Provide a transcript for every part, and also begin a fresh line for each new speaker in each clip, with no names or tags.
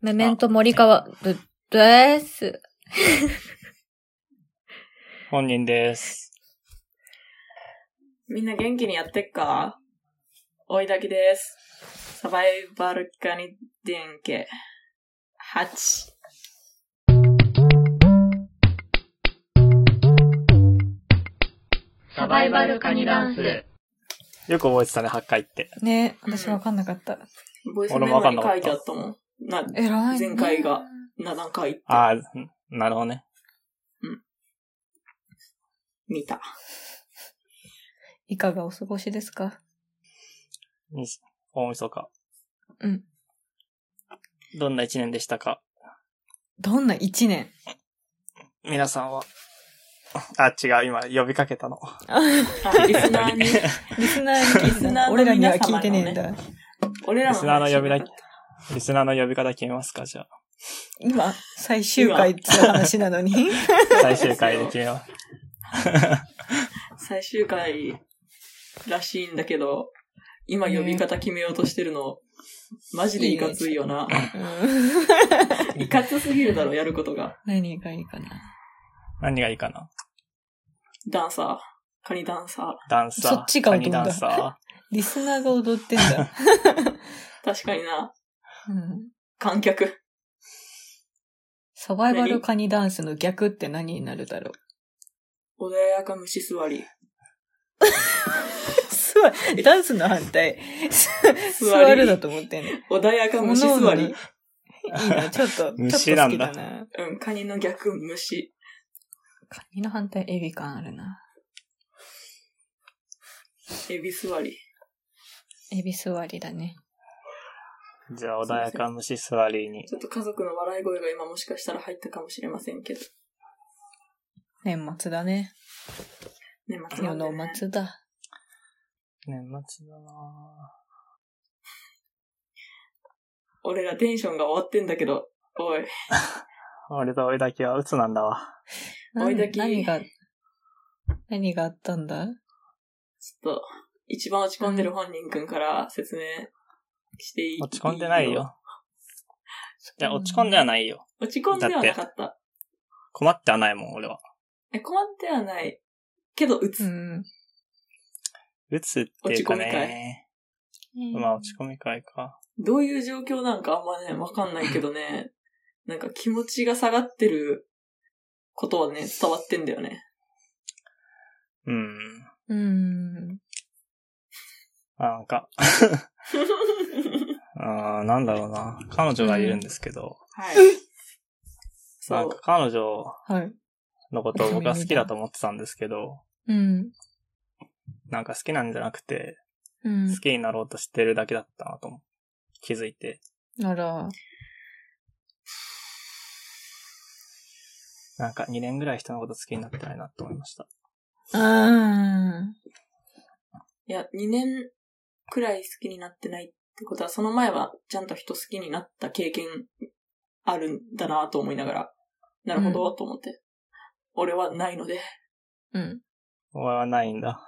メメント森川ぶです。
本人です。
みんな元気にやってっか追いだきです。サバイバルカニデンケ8。
サバイバルカニダンス。
よく覚えてたね、8回って。
ね
うん
私わかんなかった。
ボイスメモに書いてあったもん。な、
えらい、ね。
前回が。7回って
ああ、なるほどね。
見 た。
いかがお過ごしですか
に大晦日。
うん。
どんな一年でしたか
どんな一 年
皆さんは。あ、違う、今、呼びかけたの。
あ、リスナーに、
リスナーに
リスナーの皆様のね
俺らには聞いてねえんだ。
俺ら
リ
の話
スナーの呼びだ、リスナーの呼び方決めますかじ ゃあ。
今、最終回って話なのに。
最終回で決めます。
最終回らしいんだけど、今呼び方決めようとしてるの、マジでいかついよな。
うん
いかつすぎるだろ、やることが。
何がいいかな。
何がいいかな
ダンサー。カニダンサ
ダンサー。
そっちが
カ
踊
ニ
んだ
ダンサ
リスナーが踊ってん だ。
ー。確かにな。
うん
観客。
サバイバルカニダンスの逆って何になるだろう。
穏やか虫座り。
すわ、 ダンスの反対。
り
座るだと思ってんの。
穏やか虫座り。
いいな、ちょっと、ちょ っと好
虫
き
な
だ
んだ
な。
うん、カニの逆虫。
カニの反対、エビ感あるな。
エビ座り。
エビ座りだね。
ー。じゃあ、穏やか虫座りに。
ちょっと家族の笑い声が今もしかしたら入ったかもしれませんけど。
年末だね。
年末な
世
んで、
の
ね。
末だ。
年末だな
俺らテンションが終わってんだけど。おい。
ぁ俺と俺だけは鬱なんだわ。
追い焚き
何が、何があったんだ
ちょっと、一番落ち込んでる本人くんから説明していい
落ち込んでないよ。。いや、落ち込んではないよ。
落ち込んではなかった。
困ってはないもん、俺は。
え、困ってはない。けど、うつ。
うん。
鬱っていうか
落ち込みか
ね。まあ、落ち込み会か。
どういう状況なんかあんまね、わかんないけどね。なんか気持ちが下がってることはね、伝わってんだよね。
うん。
うん。
なんか、あーなんだろうな。彼女がいるんですけど、
はい。そ
なん
う
か。彼女
はい。
のことを僕は好きだと思ってたんですけど、
うん。
なんか好きなんじゃなくて、
うん
好。きになろうとしてるだけだったなと思う気づいて。
あら、
なんか2年ぐらい人のこと好きになってないなと思いました。
うん。
いや、2年くらい好きになってないってことは、その前はちゃんと人好きになった経験あるんだなと思いながら、なるほど、と思って。俺はないので、
うん。
お前はないんだ。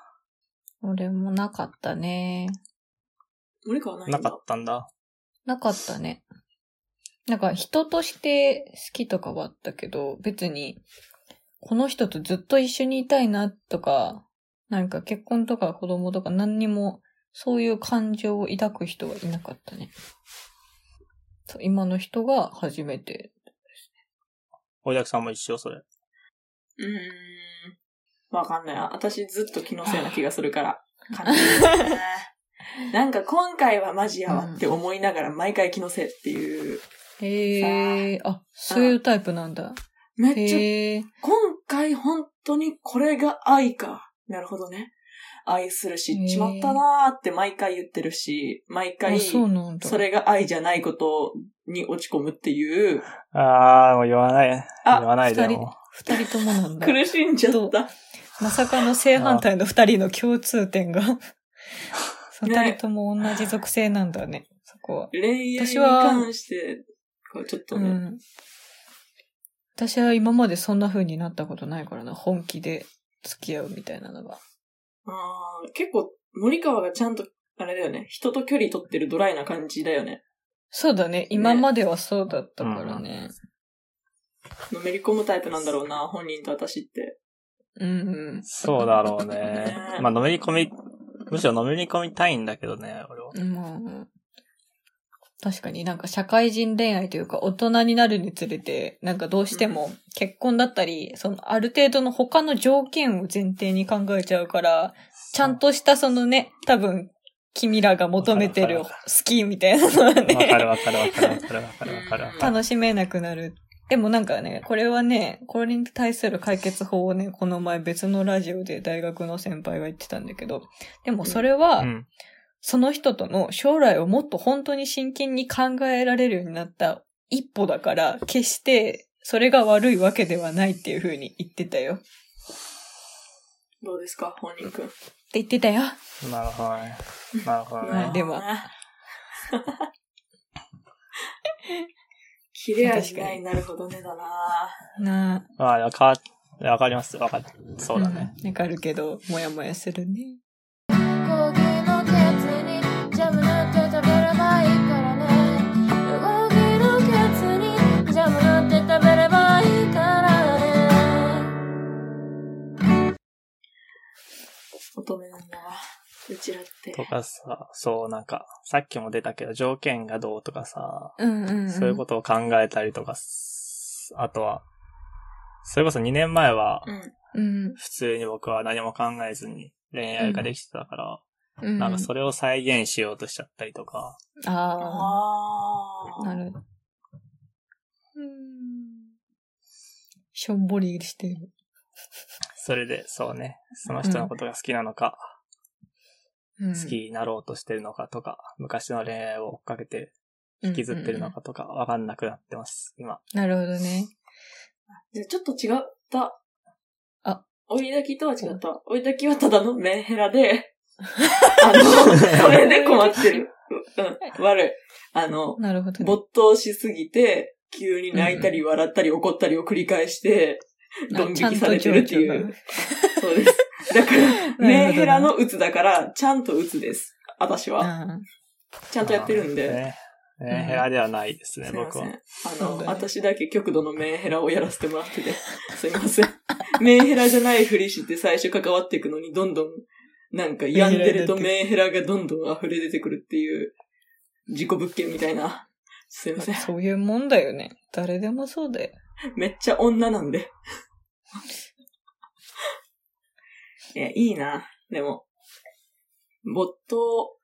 俺もなかったね。
森川はないんだ。
なかったんだ。
なかったね。なんか人として好きとかはあったけど、別に、この人とずっと一緒にいたいなとか、なんか結婚とか子供とか何にも、そういう感情を抱く人はいなかったね。そう今の人が初めて。
おやくさんも一緒、それ。
うーん。わかんない。私ずっと気のせいな気がするから。感じるなんか今回はマジやわって思いながら毎回気のせいっていう。
へえー、あ、そういうタイプなんだ。
めっちゃ
へえー、
今回本当にこれが愛か。なるほどね。愛するし、
へー
ちまったなーって毎回言ってるし、毎
あ
回、
そうなんだ。
それが愛じゃないことに落ち込むっていう、
あー、もう言わない。
あ
言わないで
二人
も
二人ともなん だ。
苦しんじゃった。
まさかの正反対の二人の共通点 が、そう
ね
二人とも同じ属性なんだね、そこは。
恋愛に
私は
関して、こうちょっと
う
ね、
ん。私は今までそんな風になったことないからな、本気で付き合うみたいなのが。
あー結構、森川がちゃんと、あれだよね、人と距離取ってるドライな感じだよね。
そうだね。今まではそうだったからね。
のめり込むタイプなんだろうな、本人と私って。
うんうん。
そうだろうね。まあ、のめり込み、むしろのめり込みたいんだけどね、俺は。
まあ、確かになんか社会人恋愛というか大人になるにつれて、なんかどうしても結婚だったり、そのある程度の他の条件を前提に考えちゃうから、ちゃんとしたそのね、多分、君らが求めてる
わ
好
かるわか
きみたいなのは
わかる
ね、
わかるわかるわかるわかるわかるわかる。
楽しめなくなる。でもなんかね、これはね、これに対する解決法をね、この前別のラジオで大学の先輩が言ってたんだけど、でもそれは、
うん。
その人との将来をもっと本当に真剣に考えられるようになった一歩だから、決してそれが悪いわけではないっていう風に言ってたよ。って
どうですか、本人くん。
言ってたよ。
なるほどね。なるほど
は
ね
い。でも。
切れ味ない、なるほどねだな
な
まあ、わか、わかります。わかる。
あ。
そうだね。
うん。わかるけど、もやもやするね。
講義のケツにジャムなんて食べればいいからね講義のケツにジャムなんて食べればいいからね
乙女なんだわ。うちらって。
とかさ、そうなんか、さっきも出たけど、条件がどうとかさ、
うんうん、
そういうことを考えたりとか、すあとは、それこそ2年前は、
うん。
と。うん。
普通に僕は何も考えずに恋愛ができてたから、
うん。
なんかそれを再現しようとしちゃったりとか、
あ
あ
あ。
あ
な。る。うん。しょんぼりしてる。
それで、そうね、その人のことが好きなのか、
うん
好きになろうとしてるのかとか、昔の恋愛を追っかけて引きずってるの。かとか、わかんなくなってます、今。
うんうんうんなるほどね。
じゃあちょっと違った。
あ。
追い炊きとは違った。追い炊きはただのメンヘラ で、あの、それで困ってる。うん、悪い。あの、
なるほどね。
没頭しすぎて、急に泣いたり笑ったり怒ったりを繰り返して、ドン引きされてるってい
あちゃんと情緒
う
が。
そうです。だから、
なるほど
メンヘラの鬱だから、ちゃんと鬱です。私は。
うん
ちゃんとやってるんで。
ね。ね、ヘラではないですね、
すいま
僕
せん。
は。
あ
そう
の、
だね
私だけ極度のメンヘラをやらせてもらってて、すいません。メンヘラじゃないふりして最初関わっていくのに、どんどん、なんか病んでるとメンヘラがどんどん溢れ出てくるっていう、自己物件みたいな。すいません。
そういうもんだよね。誰でもそうだよ。
めっちゃ女なんで。 いや、いいな。でも、没頭、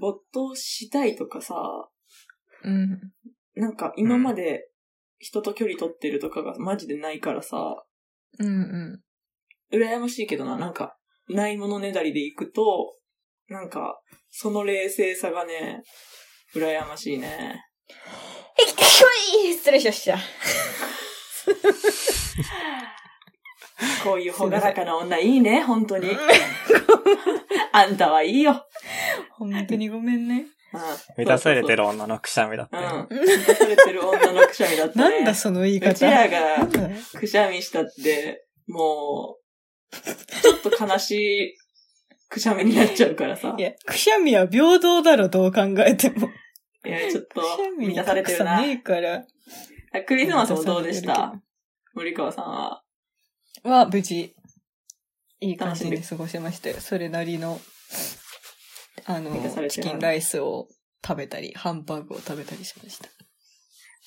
没頭したいとかさ、
うん。
なんか今まで人と距離取ってるとかがマジでないからさ、
うんう
羨ましいけどな、なんか、ないものねだりで行くと、なんか、その冷静さがね、羨ましいね。
ん。きてしまい失礼しました。
こういうほがらかな女いいね、本 当に。 あんたはいいよ。
本当にごめんね。
うん
満たされてる女のくしゃみだったよ。
うん。満たされてる女のくしゃみだった、ね。
なんだその言いう
ち
方。
らが
なんだ
くしゃみしたって、もう、ちょっと悲しいくしゃみになっちゃうからさ
い。や、くしゃみは平等だろ、どう考えても。
いや、ちょっと
くしゃ、み
満
に
たされて
格
る
差
な。
ねえから。
あクリスマスもどうでし
満たさ
た
れて
森川さんは。
るけどは、無事、いい感じに過ごせましたよ。それなりの、あの
満たさ、れて
チ
る
キンライスを食べたり、ハンバーグを食べたりしました。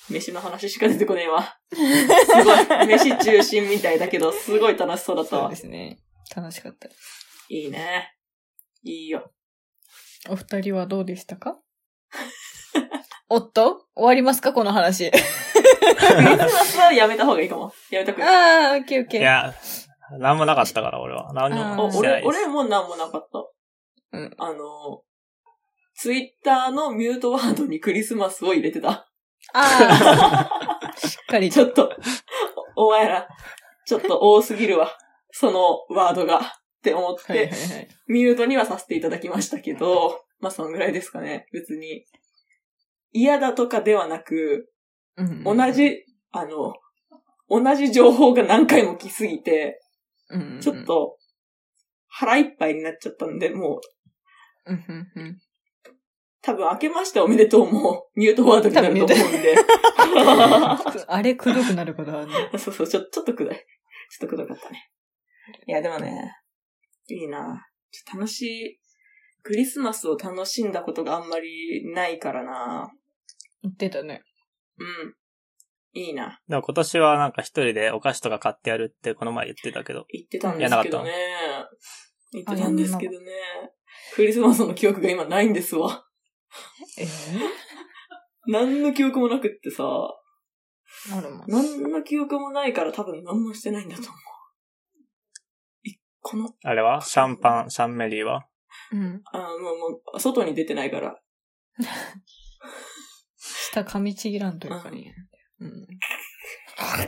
飯の話しか出てこね えわ。すごい。飯中心みたいだけど、すごい楽しそうだった
そう
わ
で。すね。楽しかったです。
いいね。いいよ。
お二人はどうでした かおっと終わりますかこの話。
クリスマスはやめた方がいいかも。やめたくない。
ああ、オッケーオッケ
い
ー。
や、なんもなかったから、俺は。何
あ
も
お
してない
俺、
です。
俺もなんもなかった。
うん
あの、ツイッターのミュートワードにクリスマスを入れてた。
あ あ。しっかり
ち
と。
ょっと、おお前ら、ちょっと多すぎるわ。そのワードが。って思って、
はいはいはい。
ミュートにはさせていただきましたけど、まあそのぐらいですかね。別に。嫌だとかではなく、
うん
同。じ、あの、同じ情報が何回も来すぎて、
うんうんうん
ちょっ。と、腹いっぱいになっちゃったんで、も
う
う
んうんうん
多分、明けましておめでとうも、 ミュートワードになると思うんで。
あれ、くどくなることあるね。
そうそう、ちょ、ちょっとくどい。ちょっとくどかったね。いや、でもね、いいなちょっと楽しい。クリスマスを楽しんだことがあんまりないからな
言ってたね。
うん。いいな。
でも今年はなんか一人でお菓子とか買ってやるってこの前言ってたけど。
言ってたんですけどね。言ってたんですけどね。クリスマスの記憶が今ないんですわ。
えー、
何の記憶もなくってさ、
あるもん。
何の記憶もないから多分何もしてないんだと思う。いこの、
あれはシャンパン、シャンメリーは
うん。
あもう、もう、外に出てないから。
下噛みちぎらんというかね。うん。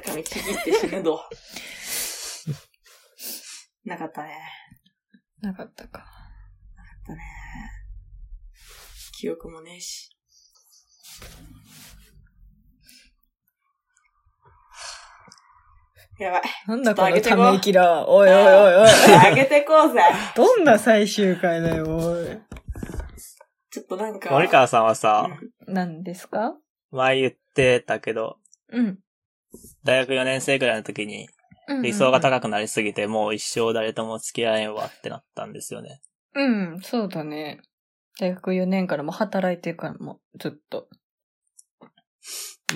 髪ちぎって死ぬど。 なかったね。
なかったか。
なかったね。記憶もねえし。やばい。
なんだ
ちょ
こと
っ上げ
の
てこ
た
う
め息だ。おいおいおいおい。
上げてこうぜ。
どんな最終回だよ、おい。
ちょっとなんか。
森川さんはさ、
なんですか
前言ってたけど、
うん。
大学4年生ぐらいの時に理想が高くなりすぎてもう一生誰とも付き合えんわってなったんですよね。
うん、そうだね。大学4年からも働いてからも、ずっと。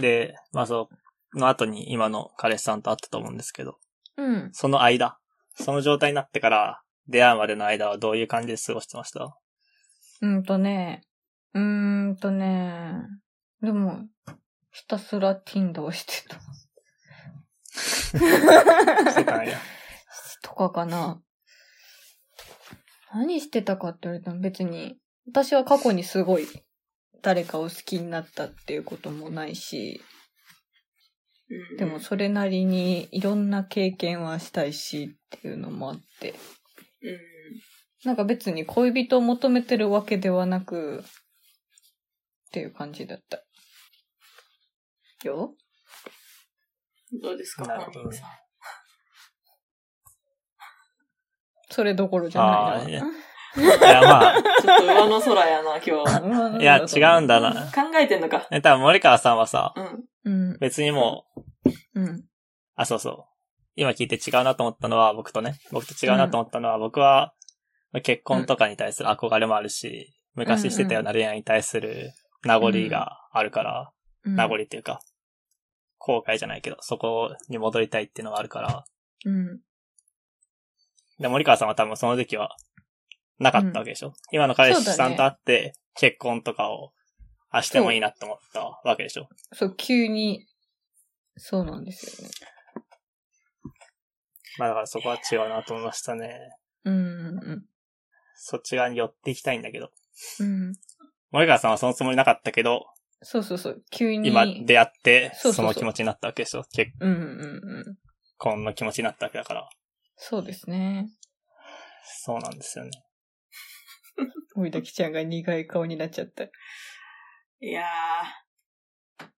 で、まあそう、の後に今の彼氏さんと会ったと思うんですけど、
うん。
その間、その状態になってから出会うまでの間はどういう感じで過ごしてました
うんとね、うーんとね、でも、ひたすら Tinder をしてた。
世界で
とかかな。何してたかって言われたら別に、私は過去にすごい誰かを好きになったっていうこともないし、
うん
でも、それなりにいろんな経験はしたいしっていうのもあって、
うん。
なんか別に恋人を求めてるわけではなく、っていう感じだった。よ
どうですか、
なるほどね
本人さん
それどころじゃ
あ
な
あ、い
い
や、い
な。
やまあ、
ちょっと上の空やな、今日は。
うん
いや、違うんだな。
考えてんのか。
え、多分森川さんはさ、
うん。
うん、
別にもう、
うん、
あ、そうそう。今聞いて違うなと思ったのは、僕とね、僕と違うなと思ったのは、僕は、結婚とかに対する憧れもあるし、昔してたような恋愛に対する名残があるから、
うん。
名残っていうか、後悔じゃないけど、そこに戻りたいっていうのはあるから、
うん。
で、森川さんは多分その時期は、なかったわけでしょ、今の彼氏さんと会って、結婚とかを、あ、してもいいなって思ったわけでしょ
そう、急に、そうなんですよね。
まあだからそこは違うなと思いましたね。
うん、うん
そっち側に寄っていきたいんだけど。
うん。
森川さんはそのつもりなかったけど、
そうそうそう、急に。
今出会っ
そう
て、
そう
そ
そう
の気持ちになったわけでしょ結
うん、うん、うん。
婚の気持ちになったわけだから。
そうですね。
そうなんですよね。
おいだきちゃんが苦い顔になっちゃった。
いやー、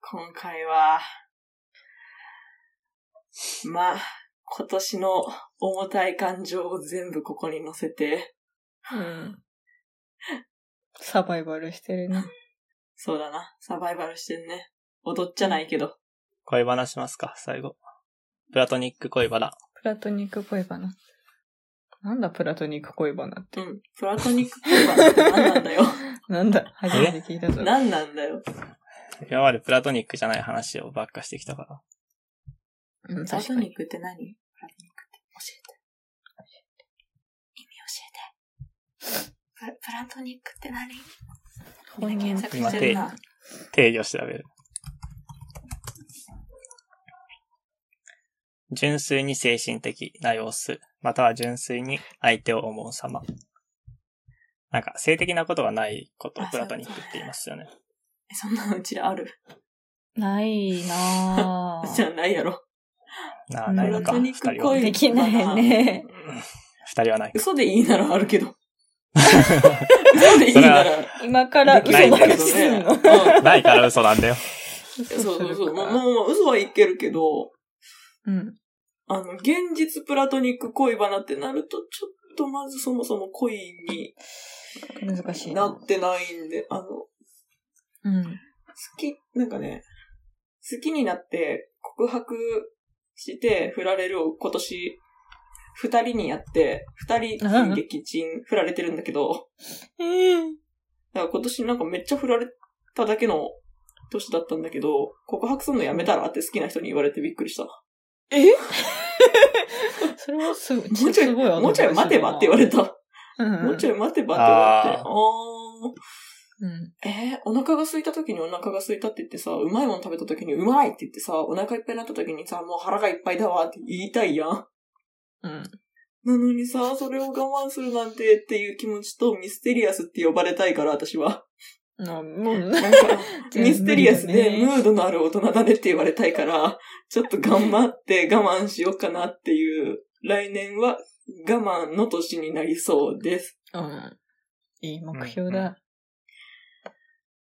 今回は、まあ、今年の重たい感情を全部ここに乗せて、
うん。サバイバルしてるね。
そうだな、サバイバルしてんね。踊っちゃないけど。
恋バナしますか、最後。プラトニック恋バナ。
プラトニック恋バナ。なんだプラトニック恋バナって。
うん、プラトニック恋バナって何な んだよ。
なんだ初めて聞いたぞ。
何なんだよ。
今までプラトニックじゃない話をばっかしてきたから。
うん、
プラ
確
ト
かに。
ニックって何プラトニックって教えて。意味教えて。ププラトニックって何みんな検索
今
して
定
るな。
定義を調べる。純粋に精神的な様子、または純粋に相手を思う様。なんか、性的なことがないことをプラトニックって言いますよね。
えそんなのうちらある
ないな
じ
ぁ。
ゃないやろ。
なあ、ないのか。
プラト
ニ
二
ック
人
恋
は。
できないね。
二人はない。
嘘でいいならあるけど。嘘でいいなら。
今から嘘
ないんだ
話
け
すんの
うん
ないから嘘なんだよ。
そうそうそう。まあまあ
う。
まあ、嘘はいけるけど、
うん。
あの、現実プラトニック恋バナってなると、ちょっとまずそもそも恋に
難しい
なってないんで、あの、好
うん。
き、なんかね、好きになって告白して振られるを今年、二人にやって、二人激鎮振られてるんだけど、
うん。
だから今年なんかめっちゃ振られただけの年だったんだけど、告白するのやめたらって好きな人に言われてびっくりした。
それはすごい、
もうちょい、
すごいアド
も
バ
う
イス
ちょい待てばって言われた。
だな。
もうちょ
い。
い待てばって言われて。
あ
あ
ー
ー。
うん。
えーお腹が空いた時にお腹が空いたって言ってさ、うまいもの食べた時にうまいって言ってさ、お腹いっぱいになった時にさ、もう腹がいっぱいだわって言いたいやん。
うん。
なのにさ、それを我慢するなんてっていう気持ちとミステリアスって呼ばれたいから、私は。
あもう、
なんか、
全然
ミステリアス
無理だ
で
ね
ムードのある大人だねって言われたいから、ちょっと頑張って我慢しようかなっていう、来年は我慢の年になりそうです。
うん。いい目標だ。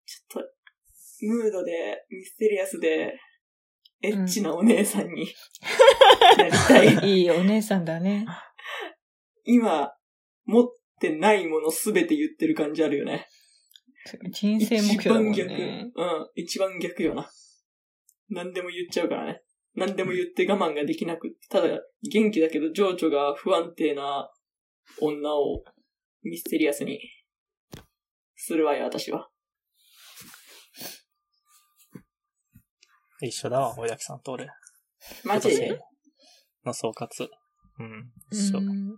ちょっと、ムードで、ミステリアスで、エッチなお姉さんに、なりたい。
いいお姉さんだね。
今、持ってないものすべて言ってる感じあるよね。
人生目標だもん
一番逆。
ね。
うん、一番逆よな。何でも言っちゃうからね。何でも言って我慢ができなくって、ただ元気だけど情緒が不安定な女をミステリアスにするわよ、私は。
一緒だわ、小崎さんと俺。
マジ
今年の総括。うん、一緒。
うん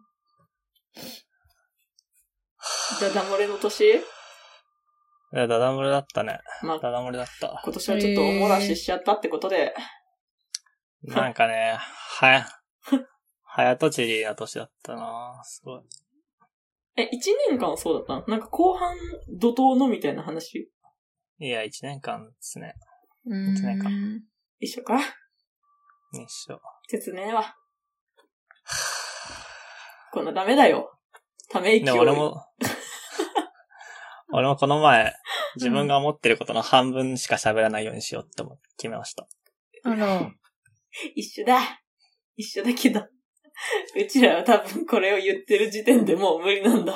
ダダ漏れの年
いやダダ漏れだったね。
まあ、
ダダ漏れだった。
今年はちょっとお漏らししちゃったってことで、
なんかね、はや、はやとちりな年だったなすごい。
え、一年間はそうだったのなんか後半怒涛のみたいな話
いや、一年間ですね。
うん
一年
一緒か
一緒。
説明は。こんなダメだよ。ため息
で
を。
も俺も、 俺もこの前、自分が思ってることの半分しか喋らないようにしようって思決めま した。
あら、
一緒だ。一緒だけど。うちらは多分これを言ってる時点でもう無理なんだ。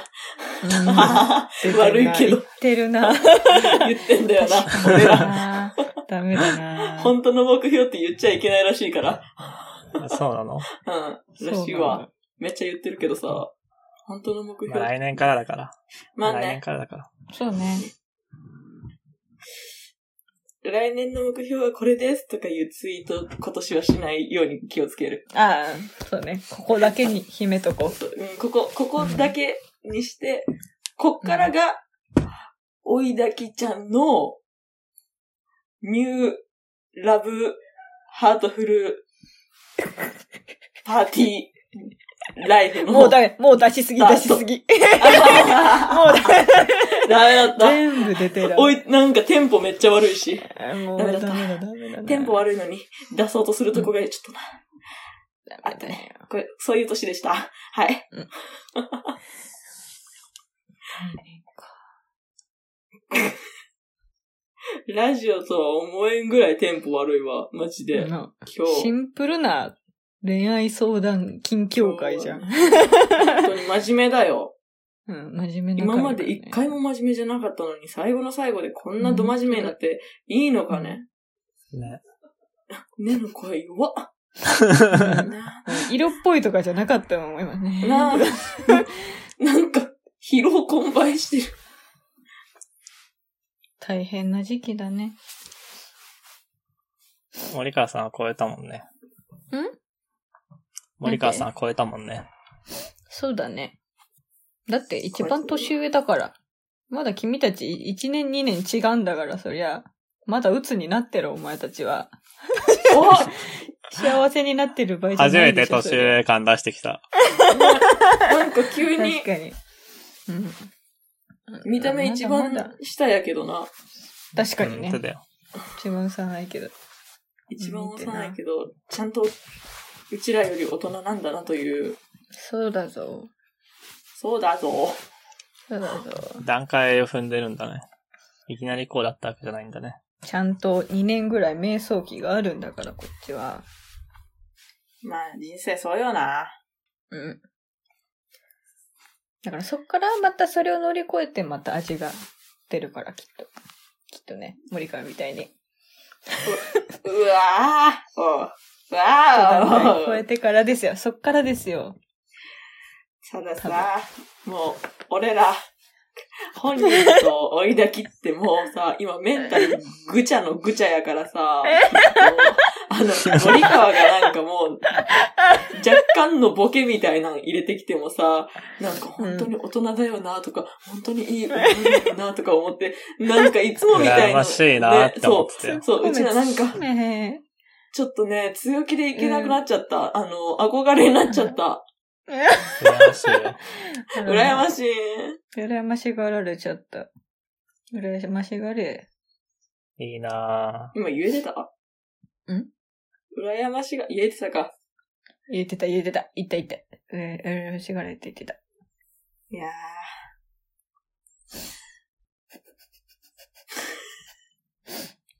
悪いけ
言
ど
っ、てるな。
言ってんだよな、俺ら。
あーダメだな。
本当の目標って言っちゃいけないらしいから。
そうなの、
うん、
そう
ら
なん
しい
だ
わ。めっちゃ言ってるけどさ、本当の目
まあ
標。
来年からだから。
まあ
来年
ね、
からだから。
そうね。
来年の目標はこれですとかいうツイート今年はしないように気をつける。
ああ、そうね。ここだけに秘めとこ
うん、ここ、ここだけにして、こっからが、おいだきちゃんの、ニュー、ラブ、ハートフル、パーティー、ライフ
う。
の。
もうダメ。もう出しすぎ、出しすぎ。
あ
もうダメ。
ダメだった。
全部出てる。
おい、なんかテンポめっちゃ悪いし。
もうダメだ、ダメだ、ダメだ。
テンポ悪いのに、出そうとするとこがちょっとな。
ダメだよ。
これ、そういう年でした。はい。ラジオとは思えんぐらいテンポ悪いわ。マジで。今
な
日。
シンプルな恋愛相談、近況会じゃん。
本当に真面目だよ。
うん、真面目な
今
会だね。
まで一回も真面目じゃなかったのに、最後の最後でこんなど真面目になっていいのかね。
ね。
ねの声弱っ。
うん。
な
色っぽいとかじゃなかったもん、今ね。
ななんか、疲労困憊してる。
大変な時期だね。
森川さんは超えたもんね。
ん
森川さんは超えたもんね。
そうだね。だって一番年上だから。まだ君たち1年2年違うんだから、そりゃ。まだ鬱になってる、お前たちは。
お
幸せになってる場合じゃ
初
な
め
い
て
でしょ。
年上感出してきた。
なんか急
それ
に
確、かに。うん。
見た目一
まだま
番
だ
下やけどな。
確かに
本
ね
当。だよ。
一番幼いけど。
一番幼いけど、ちゃんと、うちらより大人なんだなという、
そうだぞ。
そうだぞ。
そうだぞ。
段階を踏んでるんだね。いきなりこうだったわけじゃないんだね。
ちゃんと2年ぐらい瞑想期があるんだから、こっちは。
まあ、人生そうよな。
うん。だからそっからまたそれを乗り越えてまた味が出るからきっと。きっとね、森川みたいに。
うわーおううわ
段階超え
ーおう
てからですよ。そっからですよ。
たださ、もう、俺ら、本人と追い抱きってもうさ、今メンタルぐちゃのぐちゃやからさ、もうあの、森川がなんかもう、若干のボケみたいなの入れてきてもさ、なんか本当に大人だよなとか、本当にいい大人だよなとか思って、なんかいつもみた
羨
いな。
ましいなって思ってた
ね
よ。
そう、そう、うちらなんか、
ね
ちょっとね、強気でいけなくなっちゃった。あの、憧れになっちゃった。
え。
羨ましいよ。
羨ま
し
しい。
い。羨ましがられちゃった。羨ましがれ。
いいな
今言えてた
ん
羨ましが、言えてたか。
言えてた、言えてた。言った言った。えー羨ましがれって言ってた。
いや ー。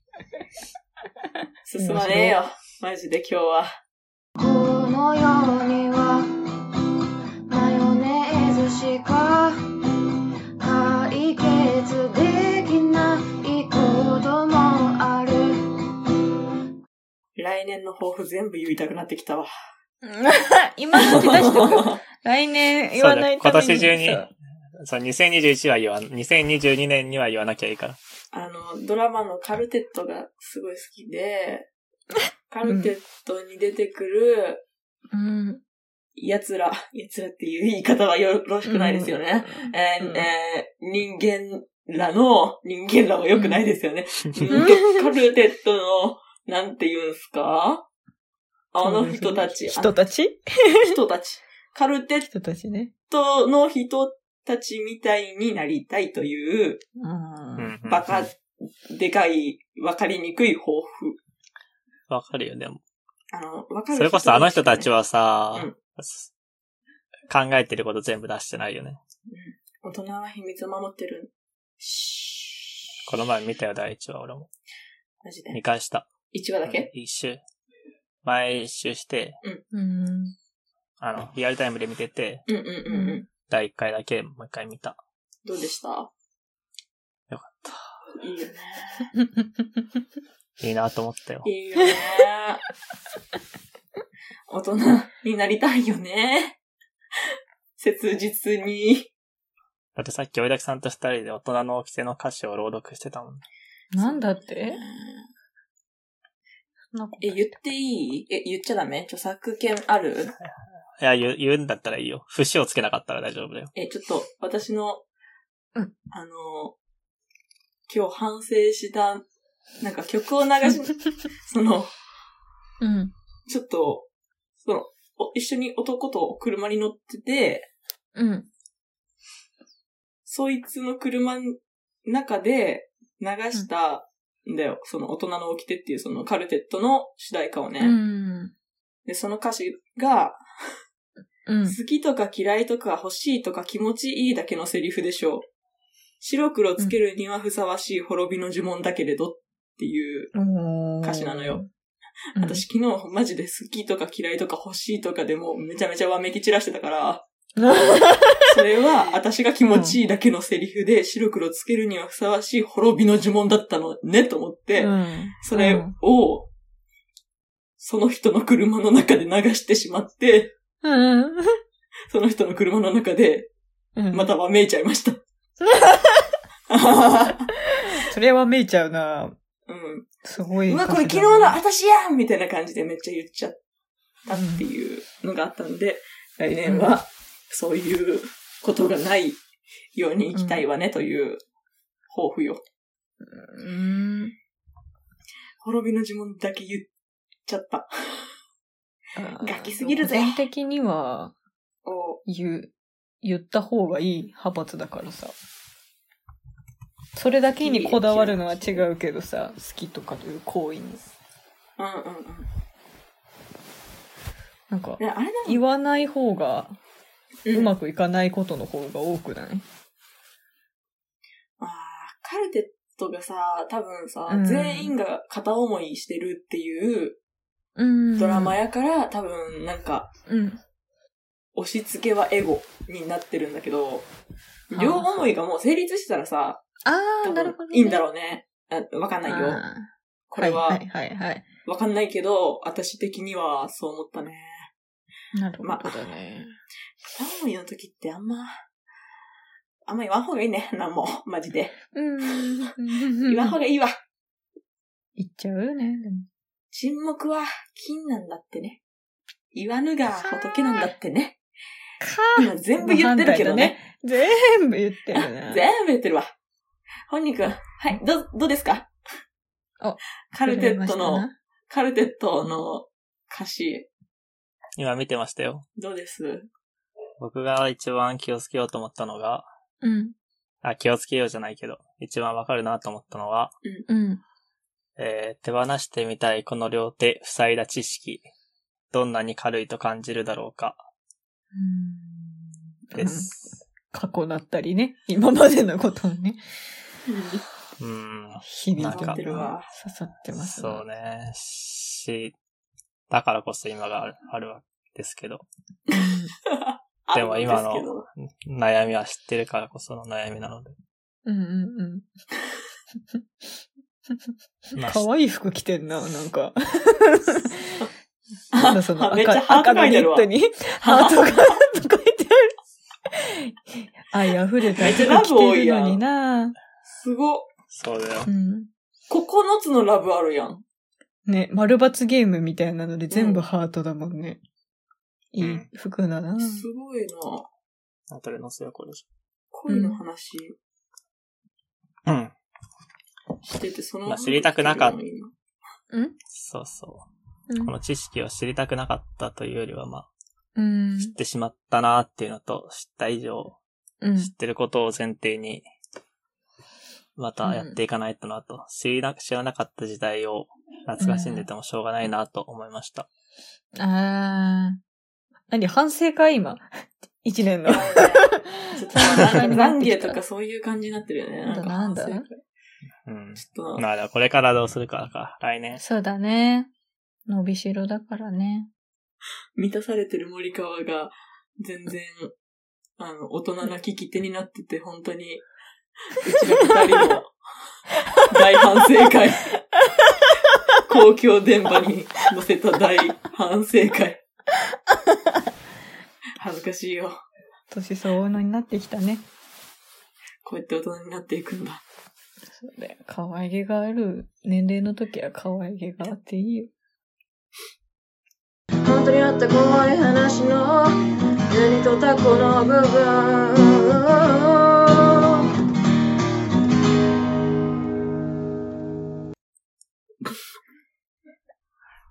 進まねえよ。マジで今日は。
この世にはマヨネーズしか解決できないこともある
来年の抱負全部言いたくなってきた わ。
今のうち出しとく。 来年言わないために。
そうだ今年中に
そう
ーそう、2021は言わん、2022年には言わなきゃいいから。
あの、ドラマのカルテットがすごい好きで、カルテットに出てくる、
うん。
奴ら、奴らっていう言い方はよろしくないですよね。えー
うん
えー人間らの、人間らも良くないですよね。人間カルテットの、なんて言うんすかあの人たち、あ
人たち
の人たち。カルテッ
人たちね。
トの人たちみたいになりたいという、
うん
うんうんうん
バカ、でかい、わかりにくい抱負。
わかるよ、でも。
あの、わかる
それこそあの人たち
は、
はさ
うん、
考えてること全部出してないよね。
大人は秘密を守ってる。シ
この前見たよ、第一話、俺も。
ーマジで
見。返した。
1話だけ
一周。毎周して、
うん。
あの、リアルタイムで見てて、
うんうんうんうん。
第一回だけもう一回見た。
どうでしたよ
よ
かった。いいよね。
いいなと思ったよ。
いいよね。大人になりたいよね。 切実に。
だってさっき、おいだきさんと二人で大人の規制の歌詞を朗読してたもん。
なんだってなんか
え、言っていいえ、言っちゃダメ著作権ある
いや、言う、言うんだったらいいよ。節をつけなかったら大丈夫だよ。
え、ちょっと、私の、
うん
あの、今日反省した、なんか曲を流し、その、
うん。
ちょっと、その、お一緒に男と車に乗ってて、
うん。
そいつの車の中で流したんだよ。その大人の起きてっていうそのカルテットの主題歌をね。
うん。
で、その歌詞が、
うん。
好きとか嫌いとか欲しいとか気持ちいいだけのセリフでしょう。白黒つけるにはふさわしい滅びの呪文だけれどっていう。
おー
歌詞なのよ。
うん
私昨日マジで好きとか嫌いとか欲しいとかでもめちゃめちゃわめき散らしてたから、それ は私が気持ちいいだけのセリフで白黒つけるにはふさわしい滅びの呪文だったのねと思って、
うん
それ
うん
を、その人の車の中で流してしまって、
うん。
その人の車の中で、
うん
またわめいちゃい ました。
それはめいちゃうな。
うん、
すごい。
うわ、これ昨日の私やんみたいな感じでめっちゃ言っちゃったっていうのがあったので、来年はそういうことがないように生きたいわねという抱負よ。
うん。
滅びの呪文だけ言っちゃった。ガキすぎるぜ
全的には、
お
言う、言った方がいい派閥だからさ。それだけにこだわるのは違うけどさ、好きとかという行為に。
うんうんうん。
なんか、
ねあれだ
言わない方が
う、
うん
あ
まくいかないことの方が多くない
あーカルテットがさ、多分さ、
うん
全員が片思いしてるっていう
うん
ドラマやから、多分なんか、
うん。
押し付けはエゴになってるんだけど、両思いがもう成立したらさ、
あ
多
あ、
分
なるほど、ね。
いいんだろうね。あわかんないよ。
あー
これは
はい、はいはい
わかんないけど、私的にはそう思ったね。
い。なるほどね。
ワン思いの時ってあんま、あんま言わん方がいいね。なんも、マジで。
うん。
言わん方がいいわ。
言っちゃうよね。でも
沈黙は金なんだってね。言わぬが仏なんだってね。今全部言ってるけどね。
全部言ってるね。
全部言ってるわ。本人くん、はい、ど、どうですか
お
カル
触れ
テット
ました
の
な、
カルテットの歌詞、
今見てましたよ。
どうです
僕が一番気をつけようと思ったのが、
うん。
あ、気をつけようじゃないけど、一番わかるなと思ったのは、
うん。
えー手放してみたいこの両手、塞いだ知識。どんなに軽いと感じるだろうか、
うん
です。
過去だったりね。今までのことをね。
うん。
日々
なんか
刺
刺
さってます
そうね。し、だからこそ今があるあるわけですけど、でも今の
あるんですけど
悩みは知ってるからこその悩み なので。
うんうんうん。
まあ
可愛い服着てんな、なんか。
あ
なんだその
めっちゃ
赤
ハー
赤
ト書
の
い
ニ
てる
ッ
わ
ト。にハートが書いてある。愛溢れた
めっちゃラ
服
ブ
着
多
て
い
る
やん
のにな。
すご。
そうだよ
う。ん。
9つのラブあるやん。
ね、丸抜ゲームみたいなので全部ハートだもんね。
うん
いい服だな。
すごいな
後で載せよう、これ。
恋の話
うん。
してて、その、
まあ知りたくなかった
うん
そうそうう。
ん
この知識を知りたくなかったというよりは、まあ、
うん。
知ってしまったなっていうのと、知った以上、
うん
知ってることを前提に、またやっていかないとなと、知りな、知らなかった時代を懐かしんでてもしょうがないなと思いました。
あー。何反省会今。 一年の。
ちょっとなんか懺悔とかそういう感じになってるよね。か
なんだなんだ
ち
うん。
ょっと、
まあ、だからこれからどうするかか、来年。
そうだね。伸びしろだからね。
満たされてる森川が、全然、あの、大人な聞き手になってて、本当に、うちの二人の大反省会。公共電波に載せた大反省会。恥ずかしいよ。
年相応のになってきたね。
こうやって大人になっていくんだ。
そうだよ。可愛げがある。年齢の時は可愛げがあっていいよ。
本当にあった怖い話の手に取ったこの部分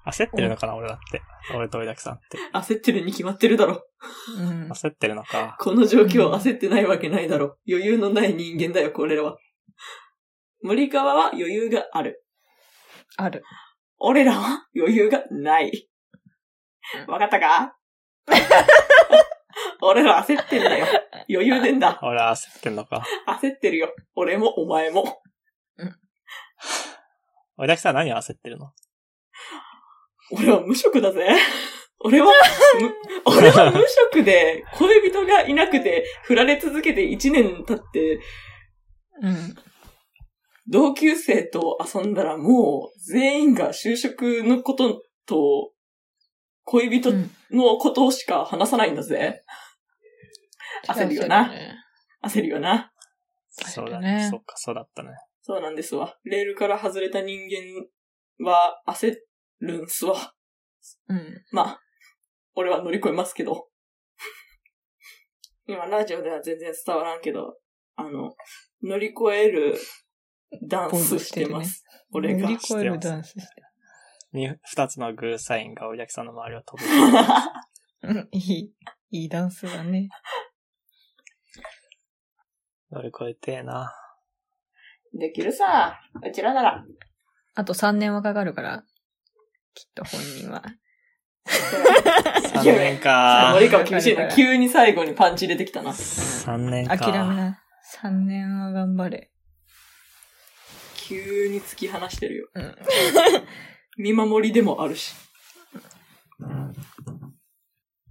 焦ってるのかな、俺だって。俺とおいだくさんって。
焦ってるに決まってるだろ。
うん。
焦ってるのか。
この状況焦ってないわけないだろ。余裕のない人間だよ、これらは。森川は余裕がある。
ある。
俺らは余裕がない。わかったか俺ら焦ってんだよ。余裕でんだ。
俺は焦ってんのか。
焦ってるよ。俺もお前も。
おいだくさんは何を焦ってるの
俺は無職だぜ。俺は、む俺は無職で、恋人がいなくて、振られ続けて1年経って、
うん。
同級生と遊んだらもう、全員が就職のことと、恋人
うん
のことしか話さないんだぜ。焦るよな。焦るよな。
焦
そ
るね
うだね。そっか、そうだったね。
そうなんですわ。レールから外れた人間は焦るんすわ。
うん。
まあ、俺は乗り越えますけど。 今、ラジオでは全然伝わらんけど、あの、乗り越えるダンスしてます。
乗
俺が
り。越えるダンスして
み二つのグーサインがおいだくさんの周りを飛ぶ。
る。うんいい。いいダンスだね。
乗り越えてえな。
できるさ。うちらなら。
あと3年はかかるから、きっと本人は。
3年か。
森川厳しいな。急に最後にパンチ出てきたな。
3年か。
諦めない。3年は頑張れ。
急に突き放してるよ。
うん。
見守りでもあるし。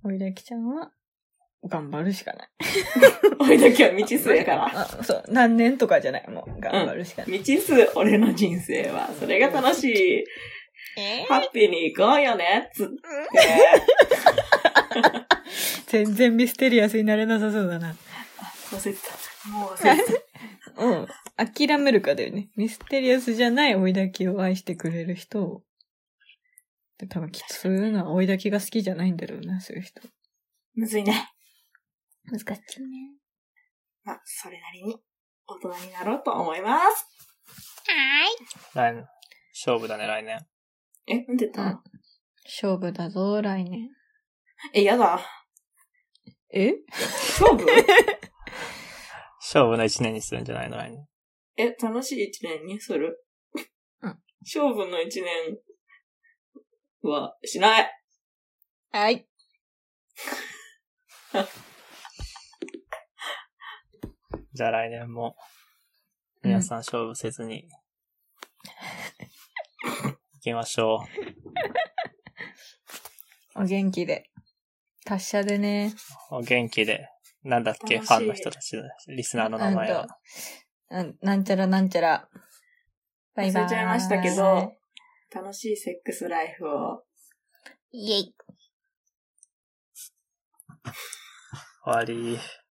おいだきちゃんは、頑張るしかない。
俺だけは未知数やから。
あそう、何年とかじゃない。もう、頑張るしかない。
未知数、俺の人生は。それが楽しい。
え
ハッピーに行こうよね、つって。
全然ミステリアスになれなさそうだな。
忘れてた。もう忘れてた。
うん。諦めるかだよね。ミステリアスじゃない追いだきを愛してくれる人を。で多分きっとそういうのは追いだきが好きじゃないんだろうな、そういう人。
むずいね。
難しいね。
まあ、それなりに大人になろうと思います。
来年勝負だね、来年。
え、なんて言ったの、
うん勝負だぞ、来年。
え、やだ。
え
勝負
勝負の一年にするんじゃないの、来年。
え、楽しい一年にする
うん。
勝負の一年はしない。
はい。
じゃあ来年も、皆さん勝負せずに、行きましょう。
お元気で。達者でね。
お元気で。なんだっけ
楽しい
ファンの人たち、リスナーの名前
う
は
ん。とうんなんちゃらなんちゃら。バイバイ。
忘れちゃいましたけど。楽しいセックスライフを。
イェイ。
啊終わり。